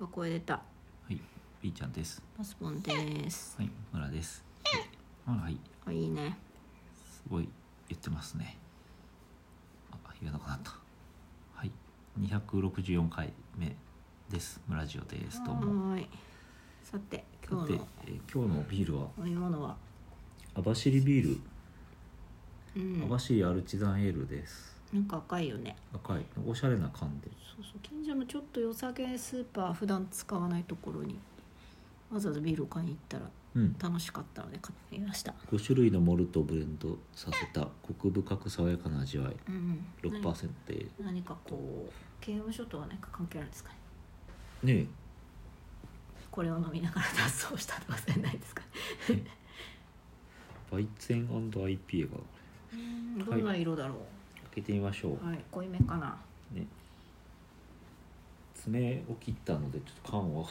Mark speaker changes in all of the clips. Speaker 1: お声出た。
Speaker 2: はい、ピーちゃんです。
Speaker 1: パスポンです。
Speaker 2: はい、村です。はい、はい、
Speaker 1: あ、いいね。
Speaker 2: すごい言ってますね。あ、言えなくなった。はい、二百六十四回目です。村ジオです。どう
Speaker 1: は
Speaker 2: も。
Speaker 1: ーい。さて、今
Speaker 2: さ
Speaker 1: 日
Speaker 2: て
Speaker 1: の、
Speaker 2: えー今日のビールは
Speaker 1: 飲み物は。
Speaker 2: 網走ビール、
Speaker 1: うん。
Speaker 2: 網走アルチザンエールです。
Speaker 1: なんか赤いよね。
Speaker 2: 赤い、おしゃれな缶で。
Speaker 1: そうそう、近所のちょっと良さげスーパー、普段使わないところに。わざわざビールを買いに行ったら、
Speaker 2: うん。
Speaker 1: 楽しかったので、買ってみました。
Speaker 2: 五種類のモルトをブレンドさせたコク深く爽やかな味わい。
Speaker 1: うん。
Speaker 2: 六パーセント。
Speaker 1: 何何かこう、刑務所とは何か関係あるんですかね。
Speaker 2: ねえ。
Speaker 1: これを飲みながら脱走したとかじゃないですかね。
Speaker 2: バイツェン &IPA が
Speaker 1: うんどんな色だろ
Speaker 2: 開けてみましょう
Speaker 1: う。。はい、濃いめかな。
Speaker 2: ね爪を切ったのでちょっと缶を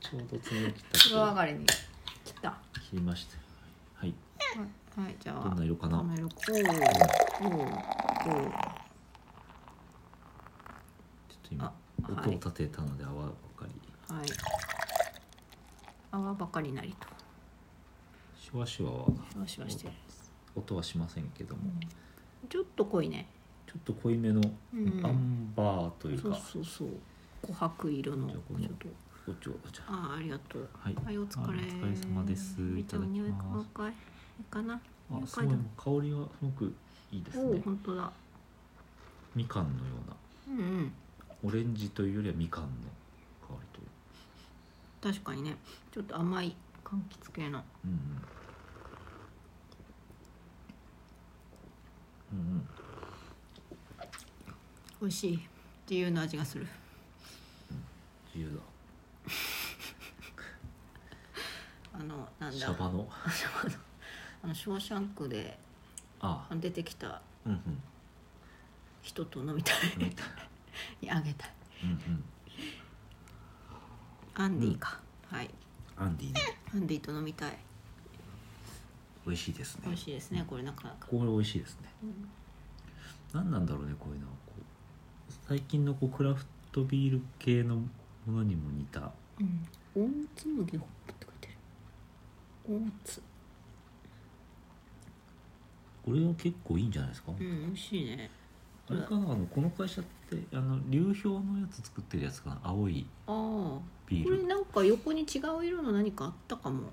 Speaker 2: ちょうど爪を切った
Speaker 1: 風呂
Speaker 2: とこ
Speaker 1: 上がりに。切った。
Speaker 2: ろ切りましたはい
Speaker 1: はい、はい、じゃあ。
Speaker 2: どんな色かな
Speaker 1: この色。こう。こう。こ
Speaker 2: ちょっと今
Speaker 1: あはい
Speaker 2: 音を立てたので泡ばかり
Speaker 1: う。はい。泡ばかりなり
Speaker 2: シュワシュワは
Speaker 1: と。わしわしてる。
Speaker 2: 音はしませんけども
Speaker 1: ちょっと濃いね。
Speaker 2: ちょっと濃いめの
Speaker 1: うん
Speaker 2: アンバーというか、
Speaker 1: そうそうそう。琥珀色の。ち
Speaker 2: じ
Speaker 1: ょ
Speaker 2: ゃあこの
Speaker 1: っと。
Speaker 2: お茶お茶
Speaker 1: ああ、ありがとう。
Speaker 2: はい
Speaker 1: はい、お疲れ。
Speaker 2: あお疲れ様です
Speaker 1: みーちゃん
Speaker 2: いただきます
Speaker 1: 匂い細かい。いいかな。
Speaker 2: あ
Speaker 1: 了
Speaker 2: す
Speaker 1: 解
Speaker 2: ごい
Speaker 1: だ
Speaker 2: 香りはすごくいいです
Speaker 1: おお、
Speaker 2: ね
Speaker 1: 本当だ。
Speaker 2: みかんのような
Speaker 1: うんうん。
Speaker 2: オレンジというよりはみかんの香りという
Speaker 1: 確かにね。ちょっと甘い柑橘系の。
Speaker 2: うんうんうんうん
Speaker 1: 美味しい。っていうの味がする。
Speaker 2: 自由
Speaker 1: あの、な
Speaker 2: だ
Speaker 1: ん
Speaker 2: シ
Speaker 1: だ。
Speaker 2: ャバの
Speaker 1: あのショーシャンクで
Speaker 2: あ
Speaker 1: 出てきた
Speaker 2: うんうん
Speaker 1: 人と飲みたい
Speaker 2: うん
Speaker 1: いやあげたい
Speaker 2: うん
Speaker 1: アンディか、はい
Speaker 2: アンディね
Speaker 1: アンディと飲みたい
Speaker 2: 美味しいですね
Speaker 1: 美味しいですねこれなかなか
Speaker 2: これ美味しいですね
Speaker 1: うん
Speaker 2: 何なんだろうねこういうのはこう最近のこうクラフトビール系のものにも似た
Speaker 1: うんオーツ麦ホップって書いてあるオーツ
Speaker 2: これは結構いいんじゃないですか、
Speaker 1: うん美味しいね
Speaker 2: あれかなあのこの会社ってあの流氷のやつ作ってるやつかな青い
Speaker 1: ああ
Speaker 2: ビ
Speaker 1: こ
Speaker 2: ー
Speaker 1: れ
Speaker 2: ル
Speaker 1: なんか横に違う色の何かあったかも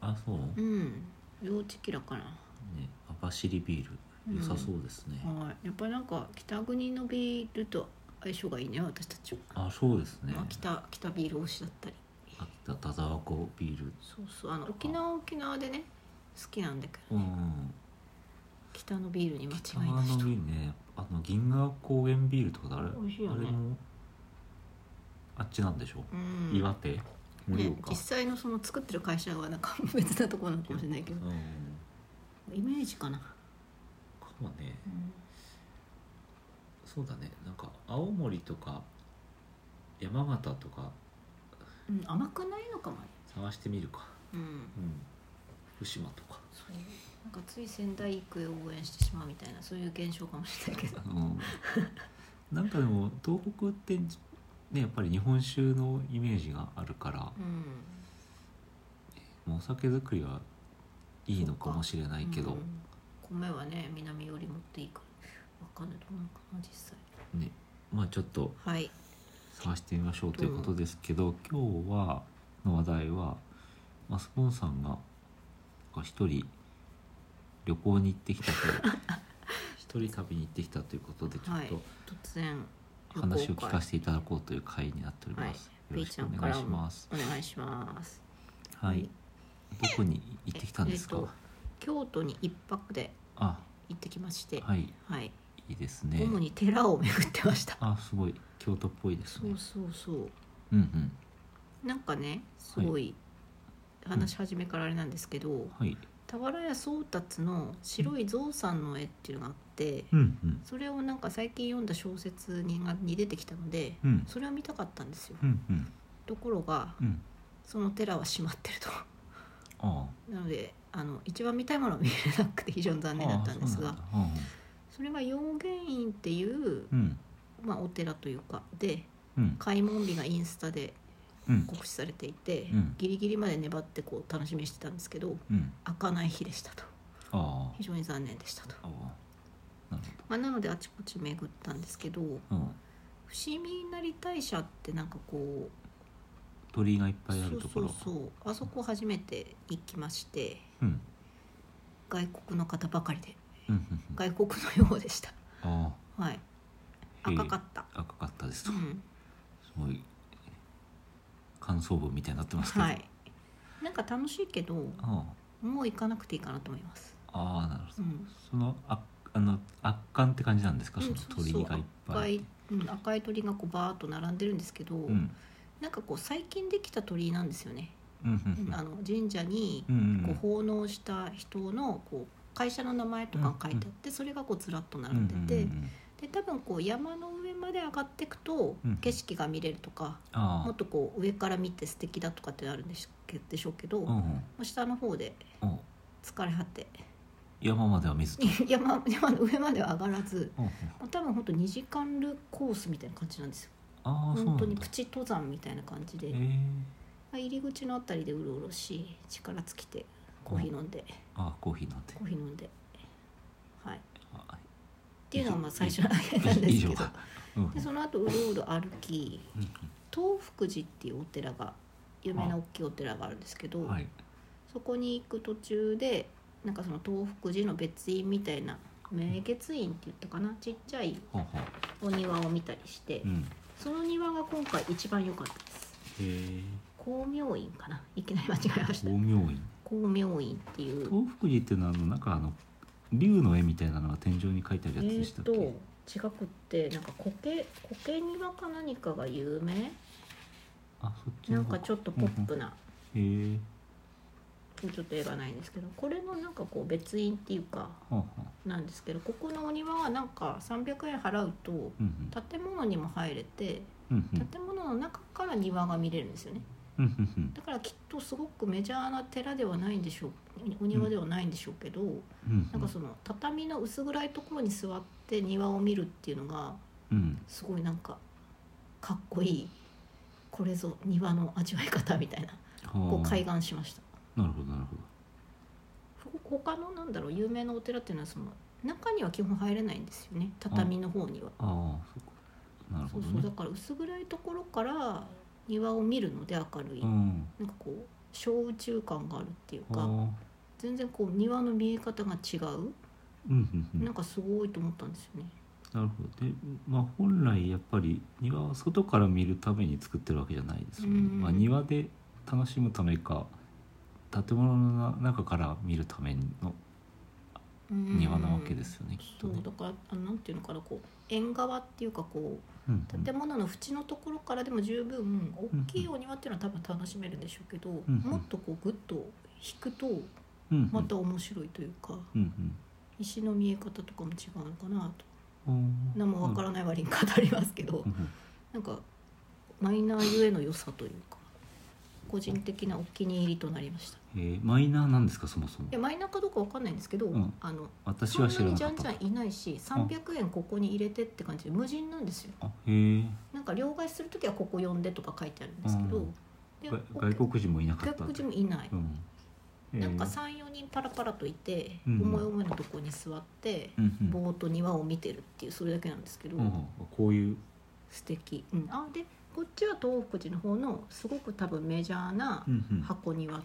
Speaker 2: あそう、
Speaker 1: うん幼稚キラかな
Speaker 2: ね網走ビール良さそうですね、
Speaker 1: はいやっぱりなんか北国のビールと相性がいいね私たちは、
Speaker 2: あそうですね
Speaker 1: まあ、北北ビール推しだったり
Speaker 2: 秋田田沢湖ビール
Speaker 1: そうそうあの沖縄は沖縄でね好きなんだけ
Speaker 2: う
Speaker 1: どね、
Speaker 2: ん
Speaker 1: 北のビールに間違
Speaker 2: 北
Speaker 1: い
Speaker 2: 側
Speaker 1: ない
Speaker 2: の
Speaker 1: と
Speaker 2: ビールねあの銀河公園ビールとかあれ
Speaker 1: 美味しいよね
Speaker 2: あれもあっちなんでしょ
Speaker 1: う
Speaker 2: う、
Speaker 1: ん
Speaker 2: 岩手盛
Speaker 1: ね
Speaker 2: 岡、、
Speaker 1: 実際のその作ってる会社はなんか別なところなのかもしれないけど
Speaker 2: うん
Speaker 1: イメージかな、
Speaker 2: かもねそうだねなんか青森とか山形とか
Speaker 1: うん甘くないのかもね、
Speaker 2: 探してみるか、
Speaker 1: うん、
Speaker 2: うん、福島とか、
Speaker 1: そういうなんかつい仙台育英を応援してしまうみたいなそういう現象かもしれないけど
Speaker 2: うんなんかでも東北ってねやっぱり日本酒のイメージがあるから
Speaker 1: うん
Speaker 2: もうお酒作りはいいのかもしれないけど、
Speaker 1: うん米はね南より持っていいからわかんないどうなのかな実際
Speaker 2: ねまあちょっと
Speaker 1: はい
Speaker 2: 探してみましょうということですけど、今日はの話題は、まあ、スポンさんがなんか一人旅行に行ってき たという一人旅に行ってきたということでちょ
Speaker 1: は
Speaker 2: っ
Speaker 1: い
Speaker 2: と
Speaker 1: 突然
Speaker 2: 話を聞かせていただこうという会になっており
Speaker 1: はい
Speaker 2: ます、、
Speaker 1: ペ
Speaker 2: よ
Speaker 1: イ
Speaker 2: ろし
Speaker 1: ち
Speaker 2: く
Speaker 1: ゃ
Speaker 2: お
Speaker 1: んか
Speaker 2: 願い
Speaker 1: ら
Speaker 2: し
Speaker 1: も
Speaker 2: ます
Speaker 1: お願いします。
Speaker 2: はい、
Speaker 1: はい
Speaker 2: どこに行ってきたんですか、
Speaker 1: ええっと京都に一泊で
Speaker 2: あ
Speaker 1: 行ってきまして、は
Speaker 2: はい
Speaker 1: い、
Speaker 2: いいですね
Speaker 1: 主に寺を巡ってました。
Speaker 2: あすごい京都っぽいです
Speaker 1: そ
Speaker 2: ね
Speaker 1: うそうそう。
Speaker 2: うんうん
Speaker 1: なんかね、すごい話し始めからあれなんですけど、
Speaker 2: はい
Speaker 1: 俵屋宗達の白い象さんの絵っていうのがあって、
Speaker 2: うんうん
Speaker 1: それをなんか最近読んだ小説にがに出てきたので、
Speaker 2: うん
Speaker 1: それを見たかったんですよ。
Speaker 2: うんうん
Speaker 1: ところが
Speaker 2: うん
Speaker 1: その寺は閉まってると。
Speaker 2: あ
Speaker 1: なのであの一番見たいものは見れなくて非常に
Speaker 2: あ
Speaker 1: 残念だったんですが
Speaker 2: ああそうなんだ
Speaker 1: それが陽元院っていう、
Speaker 2: うんうん
Speaker 1: まあ、お寺というかで
Speaker 2: うん
Speaker 1: 開門日がインスタで
Speaker 2: うん
Speaker 1: 告知されていて、
Speaker 2: うん
Speaker 1: ギリギリまで粘ってこう楽しみにしてたんですけど
Speaker 2: うん
Speaker 1: 開かない日でしたと
Speaker 2: あ
Speaker 1: 非常に残念でしたと
Speaker 2: あ、ああなる
Speaker 1: まあ、なのであちこち巡ったんですけど
Speaker 2: ほど、うん、
Speaker 1: 伏見稲荷大社ってなんかこう
Speaker 2: 鳥居がいっぱいあ
Speaker 1: そ
Speaker 2: る
Speaker 1: う
Speaker 2: とこ
Speaker 1: そう
Speaker 2: ろ
Speaker 1: そうあそこ初めて行きまして
Speaker 2: うん
Speaker 1: 外国の方ばかりで
Speaker 2: うんうんうん
Speaker 1: 外国のようでした
Speaker 2: あ
Speaker 1: はい
Speaker 2: へえ
Speaker 1: 赤かった、
Speaker 2: あ赤かったです
Speaker 1: う
Speaker 2: とす
Speaker 1: ん、
Speaker 2: ごい感想文みたいになってますけど、
Speaker 1: はいなんか楽しいけど
Speaker 2: あ
Speaker 1: もう行かなくていいかなと思います、
Speaker 2: あああなるほど
Speaker 1: うん
Speaker 2: そのああの圧巻って感じなんですか、
Speaker 1: うん
Speaker 2: その
Speaker 1: そう
Speaker 2: 鳥
Speaker 1: そう
Speaker 2: 居がいっぱ
Speaker 1: 赤
Speaker 2: い
Speaker 1: い、うん、赤い鳥がこうバーッと並んでるんですけど、
Speaker 2: うん
Speaker 1: なんかこう最近できた鳥居なんですよね、
Speaker 2: うんうん
Speaker 1: あの神社に
Speaker 2: うんうんう
Speaker 1: こうん奉納した人のこう会社の名前とか書いてあってそれがこうずらっと並んでて、
Speaker 2: うんうんうん
Speaker 1: で多分こう山の上まで上がっていくと
Speaker 2: うん
Speaker 1: 景色が見れるとか、
Speaker 2: あ
Speaker 1: もっ
Speaker 2: あ
Speaker 1: とこう上から見て素敵だとかってあるんでしょでしょうけど、
Speaker 2: うん
Speaker 1: も
Speaker 2: うん
Speaker 1: う下の方で
Speaker 2: うん
Speaker 1: 疲れ果て
Speaker 2: 山までは水と、
Speaker 1: 山山の上までは上がらず
Speaker 2: うんうん
Speaker 1: もう多分本当2時間ルコースみたいな感じなんですよ
Speaker 2: ああそうなん
Speaker 1: 本
Speaker 2: だ
Speaker 1: 当にプチ登山みたいな感じで
Speaker 2: えー
Speaker 1: 入り口のあたりでうろうろし力尽きてコーヒー飲んで、
Speaker 2: ああコーヒーなんて
Speaker 1: コーヒー飲んではい
Speaker 2: あ
Speaker 1: っていうのはまあ最初の挙げたんですけど
Speaker 2: 以上だうん
Speaker 1: でその後うろうろ歩き東福寺っていうお寺が有名な大きいお寺があるんですけ
Speaker 2: うん
Speaker 1: ど、
Speaker 2: はい
Speaker 1: そこに行く途中でなんかその東福寺の別院みたいな明月院って言ったかなちっちゃい
Speaker 2: ほうほう
Speaker 1: お庭を見たりして、
Speaker 2: うん
Speaker 1: その庭が今回一番良かったです
Speaker 2: へえ
Speaker 1: 光明院かないきなり間違えました
Speaker 2: 光明院
Speaker 1: 光明院っていう
Speaker 2: 東福寺っていうのはあのなんかあの竜の絵みたいなのが天井に描いてあ
Speaker 1: え
Speaker 2: るやつで
Speaker 1: ー
Speaker 2: した
Speaker 1: っ
Speaker 2: っけ、
Speaker 1: と違くってなんか苔苔庭か何かが有名
Speaker 2: あそっち
Speaker 1: な
Speaker 2: の
Speaker 1: ん
Speaker 2: 方
Speaker 1: かちょっとポップな、
Speaker 2: へえ
Speaker 1: ちょっと絵がないんですけどこれのなんかこう別院っていうか
Speaker 2: はあはあ
Speaker 1: なんですけどここのお庭はなんか300円払うと
Speaker 2: うんうん
Speaker 1: 建物にも入れて
Speaker 2: うんうん
Speaker 1: 建物の中から庭が見れるんですよね
Speaker 2: うんうんうん
Speaker 1: だからきっとすごくメジャーな寺ではないんでしょうお庭ではないんでしょうけど、
Speaker 2: うん
Speaker 1: なんかその畳の薄暗いところに座って庭を見るっていうのが
Speaker 2: うん
Speaker 1: すごいなんかかっこいいこれぞ庭の味わい方みたいなこ
Speaker 2: は
Speaker 1: う
Speaker 2: あ
Speaker 1: 開眼しました。
Speaker 2: なるほどなるほど
Speaker 1: 他のなんだろう有名なお寺っていうのはその中には基本入れないんですよね畳の方には、
Speaker 2: ああそっかなる
Speaker 1: そ
Speaker 2: ほ
Speaker 1: う
Speaker 2: ど
Speaker 1: そうだ
Speaker 2: ね
Speaker 1: から薄暗いところから庭を見るので明るい、
Speaker 2: うん
Speaker 1: なんかこう小宇宙感があるっていう
Speaker 2: はあ
Speaker 1: か全然こう庭の見え方が違う、
Speaker 2: うんうんうん
Speaker 1: なんかすごいと思ったんですよね
Speaker 2: なるほどで、まあ、本来やっぱり庭は外から見るために作ってるわけじゃないですよね、
Speaker 1: うん
Speaker 2: まあ、庭で楽しむためか建物の中から見るための
Speaker 1: うん
Speaker 2: 庭なわけですよね、きっと
Speaker 1: そう
Speaker 2: ね
Speaker 1: だからあなんていうのかなこう縁側っていうかこ
Speaker 2: うんう
Speaker 1: うん建物の縁のところからでも十分大きいお庭っていうのは多分楽しめるんでしょうけど、
Speaker 2: ん
Speaker 1: もっとこうグッと引くと
Speaker 2: うんうん
Speaker 1: また面白いというか
Speaker 2: うん
Speaker 1: 石の見え方とかも違うのかなと
Speaker 2: うん
Speaker 1: 何もわからない割に語りますけど
Speaker 2: うんうん
Speaker 1: なんかマイナーゆえの良さというか個人的なお気に入りとなりましたい
Speaker 2: えーマイナーなんですかそもそも
Speaker 1: やマイナーかどうかわかんないんですけど、
Speaker 2: うん
Speaker 1: あの
Speaker 2: 私
Speaker 1: そん
Speaker 2: は
Speaker 1: な
Speaker 2: 知ら
Speaker 1: に
Speaker 2: な
Speaker 1: じ
Speaker 2: か
Speaker 1: ゃ
Speaker 2: っ
Speaker 1: んじゃ
Speaker 2: た
Speaker 1: んいないし300円ここに入れてって感じで無人なんですよ
Speaker 2: あへえ
Speaker 1: なんか両替する時はここ呼んでとか書いてあるんですけど、
Speaker 2: うん
Speaker 1: で
Speaker 2: が外国人もいなかった
Speaker 1: 外国人もいない、
Speaker 2: うんへー
Speaker 1: なんか34人パラパラといて、
Speaker 2: うん
Speaker 1: 思い思いのとこに座って、
Speaker 2: うんうん
Speaker 1: ぼーっと庭を見てるっていうそれだけなんですけど、
Speaker 2: うんうんこういう
Speaker 1: 素敵、うん、あでこっちは東福寺の方のすごく多分メジャーな
Speaker 2: うんうん
Speaker 1: 箱庭、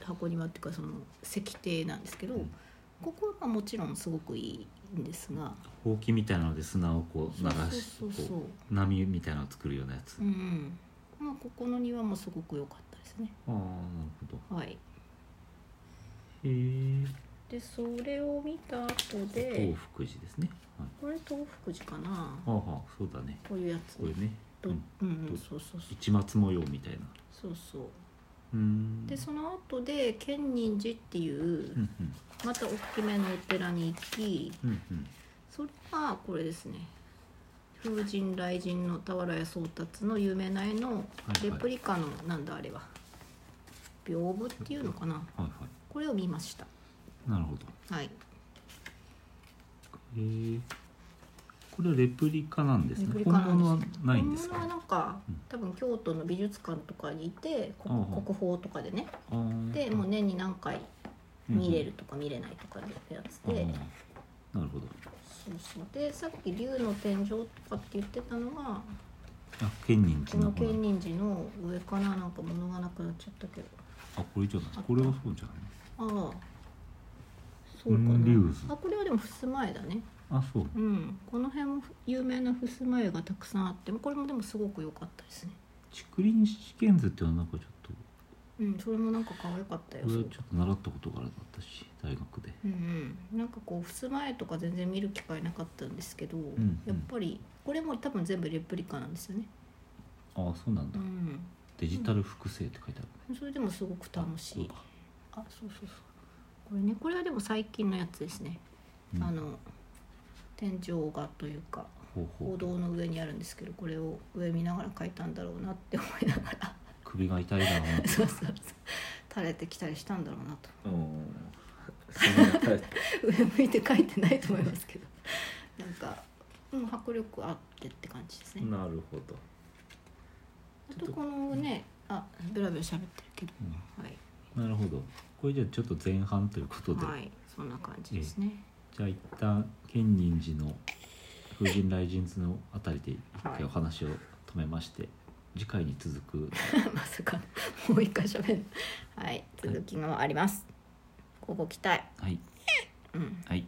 Speaker 1: 箱庭っていうかその石庭なんですけど、
Speaker 2: うん
Speaker 1: ここはまあもちろんすごくいいんですが
Speaker 2: ほうきみたいなので砂をこう流し
Speaker 1: そうそうそうそう
Speaker 2: こう波みたいなのを作るようなやつ、
Speaker 1: うん、まあ、ここの庭もすごく良かったですね
Speaker 2: ああなるほど
Speaker 1: はい
Speaker 2: へえ
Speaker 1: でそれを見た後
Speaker 2: 東
Speaker 1: で
Speaker 2: 福寺ですね、はい、
Speaker 1: これ東福寺かな
Speaker 2: ああそうだね
Speaker 1: こういうやつ
Speaker 2: これね、
Speaker 1: ど
Speaker 2: う
Speaker 1: うんん、う
Speaker 2: ど
Speaker 1: ん、そうそうそう
Speaker 2: 市松模様みたいな
Speaker 1: そうそう
Speaker 2: うーん
Speaker 1: でその後で建仁寺っていう
Speaker 2: うん
Speaker 1: また大きめのお寺に行き
Speaker 2: うんうんうん
Speaker 1: それはこれですね風神雷神の俵屋宗達の有名な絵の
Speaker 2: はい
Speaker 1: レプリカのなんだあれは屏風っていうのかな
Speaker 2: はいは
Speaker 1: これを見ました
Speaker 2: いなるほど
Speaker 1: はい
Speaker 2: へえこれはレプリカなんです
Speaker 1: レプ
Speaker 2: ね
Speaker 1: リカな
Speaker 2: 本
Speaker 1: んです
Speaker 2: 物はないんです
Speaker 1: 本物は
Speaker 2: か
Speaker 1: なんか
Speaker 2: うん
Speaker 1: 多分京都の美術館とかにいてこ
Speaker 2: うんうん
Speaker 1: 国宝とかでね
Speaker 2: あー
Speaker 1: でもう年に何回見れる
Speaker 2: う
Speaker 1: とか見れないとかいうやつ
Speaker 2: んうん
Speaker 1: で
Speaker 2: あーなるほど
Speaker 1: そうそうでさっき竜の天井とかって言ってたのが
Speaker 2: あ建仁
Speaker 1: こ
Speaker 2: 寺
Speaker 1: の
Speaker 2: の
Speaker 1: 建
Speaker 2: 方
Speaker 1: 仁寺の上からなんか物がなくなっちゃったけど
Speaker 2: あこれじゃないこれはそうじゃない
Speaker 1: ああそうか
Speaker 2: うんリュウズ
Speaker 1: なあこれはでも襖絵だね
Speaker 2: あそう
Speaker 1: うんこの辺も有名な襖絵がたくさんあってこれもでもすごく良かったですね
Speaker 2: 竹林試験図っていうのはなんかちょっと
Speaker 1: うんそれもなんか可愛かったよ
Speaker 2: これ
Speaker 1: す
Speaker 2: は
Speaker 1: ご
Speaker 2: ち
Speaker 1: く
Speaker 2: ょっと習ったことからだったし大学で
Speaker 1: うんうん、なんかこう襖絵とか全然見る機会なかったんですけど、
Speaker 2: ん
Speaker 1: やっぱりこれも多分全部レプリカなんですよね、
Speaker 2: ああそうなん
Speaker 1: う
Speaker 2: だ
Speaker 1: ん、
Speaker 2: デジタル複製って書いてあるね
Speaker 1: それでもすごく楽しい
Speaker 2: あ
Speaker 1: あそうそうそうこれねこれはでも最近のやつですね、
Speaker 2: そうか
Speaker 1: あ
Speaker 2: うん
Speaker 1: の天井画というか
Speaker 2: ほう
Speaker 1: 歩
Speaker 2: ほう
Speaker 1: 道の上にあるんですけどこれを上見ながら描いたんだろうなって思いなが ら
Speaker 2: 首が痛いだろうなって
Speaker 1: そうそうそう垂れてきたりしたんだろうなと
Speaker 2: うんそんな痛い
Speaker 1: 上向いて描いてないと思いますけどなんか、うん、迫力あってって感じですね、
Speaker 2: なるほど、
Speaker 1: あとこのね、あ、ブラブラ喋ってるけど、
Speaker 2: う
Speaker 1: はい、
Speaker 2: んなるほどこれじゃあちょっと前半ということで、
Speaker 1: はい、そんな感じですね。
Speaker 2: じゃあ一旦建仁寺の風神雷神図のあたりで一
Speaker 1: はい
Speaker 2: 回お話を止めまして、次回に続く
Speaker 1: まさかもう一回喋る。はい、続きがあります。ここ期待。
Speaker 2: はい
Speaker 1: うん。
Speaker 2: はい